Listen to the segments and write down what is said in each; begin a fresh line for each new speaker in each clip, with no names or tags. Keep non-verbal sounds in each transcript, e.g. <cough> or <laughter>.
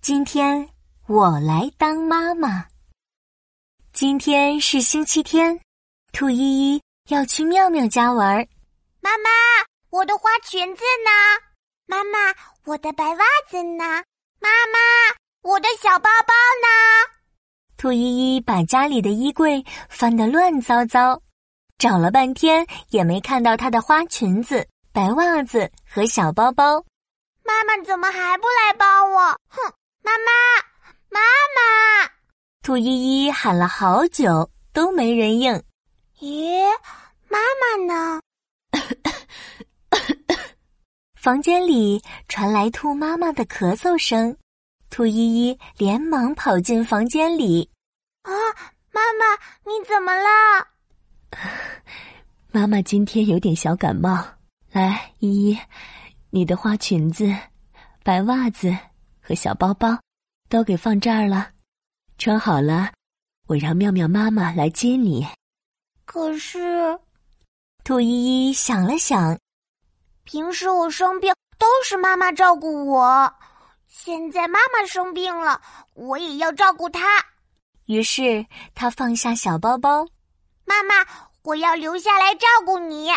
今天我来当妈妈。今天是星期天，兔依依要去妙妙家玩儿。
妈妈，我的花裙子呢？妈妈，我的白袜子呢？妈妈，我的小包包呢？
兔依依把家里的衣柜翻得乱糟糟，找了半天也没看到她的花裙子、白袜子和小包包。
妈妈怎么还不来帮我？哼！妈妈，妈妈！
兔依依喊了好久都没人应。
咦，妈妈呢？
房间里传来兔妈妈的咳嗽声，兔依依连忙跑进房间里。
啊，妈妈，你怎么了？
妈妈今天有点小感冒，来，依依，你的花裙子、白袜子和小包包都给放这儿了，穿好了，我让妙妙妈妈来接你。
可是
兔依依想了想，
平时我生病都是妈妈照顾我，现在妈妈生病了，我也要照顾她。
于是她放下小包包，
妈妈，我要留下来照顾你。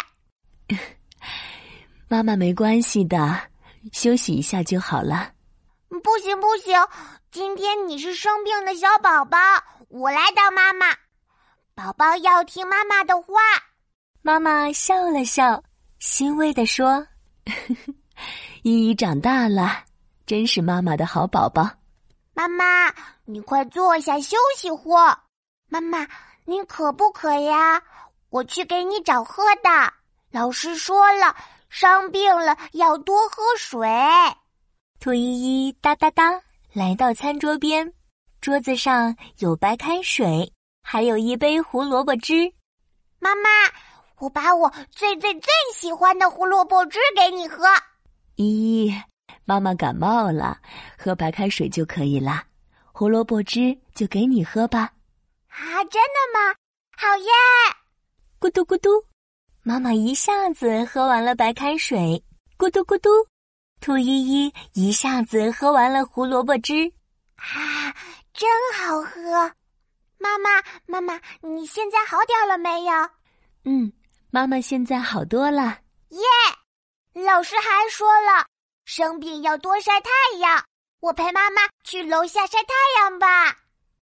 妈妈没关系的，休息一下就好了。
不行不行，今天你是生病的小宝宝，我来当妈妈。宝宝要听妈妈的话。
妈妈笑了笑，欣慰地说：“ <laughs> 依依长大了，真是妈妈的好宝宝。
妈妈，你快坐下休息会儿。妈妈，你渴不渴呀？我去给你找喝的。老师说了，生病了要多喝水。”
兔依依哒哒哒来到餐桌边，桌子上有白开水，还有一杯胡萝卜汁。
妈妈，我把我最最最喜欢的胡萝卜汁给你喝。
依依，妈妈感冒了，喝白开水就可以了，胡萝卜汁就给你喝吧。
啊，真的吗？好耶！
咕嘟咕嘟，妈妈一下子喝完了白开水。咕嘟咕嘟，兔依依一下子喝完了胡萝卜汁。
啊，真好喝！妈妈，妈妈，你现在好点了没有？
嗯，妈妈现在好多了。
老师还说了，生病要多晒太阳。我陪妈妈去楼下晒太阳吧。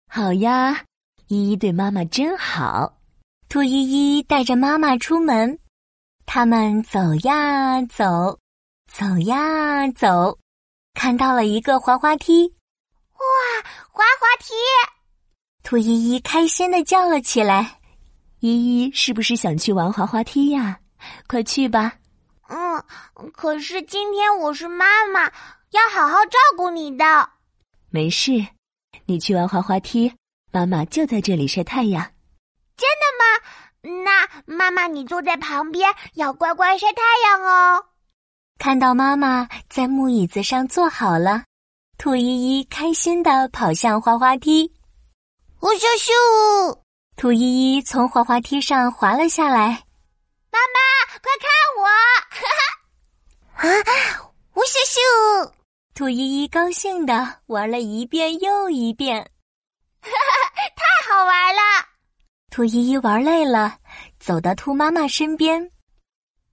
好呀，依依对妈妈真好。兔依依带着妈妈出门，他们走呀走，走呀走，看到了一个滑滑梯，
滑滑梯，
兔依依开心的叫了起来：“依依，是不是想去玩滑滑梯呀？快去吧！”
嗯，可是今天我是妈妈，要好好照顾你的。
没事，你去玩滑滑梯，妈妈就在这里晒太阳。
那妈妈，你坐在旁边，要乖乖晒太阳哦。
看到妈妈在木椅子上坐好了，兔依依开心的跑向滑滑梯。
呜咻咻，
兔依依从滑滑梯上滑了下来，
快看我！ <laughs> 哈哈，啊，呜咻咻，
兔依依高兴的玩了一遍又一遍。
太好玩了！
兔依依玩累了，走到兔妈妈身边。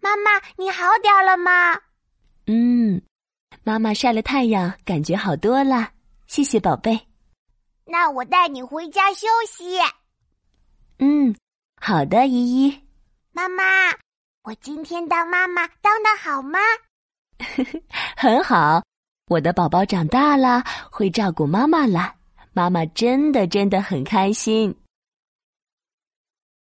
妈妈，你好点了吗？
嗯，妈妈晒了太阳，感觉好多了，谢谢宝贝。
那我带你回家休息。
嗯，好的，依依。
妈妈，我今天当妈妈当的好吗？
很好，我的宝宝长大了，会照顾妈妈了，妈妈真的真的很开心。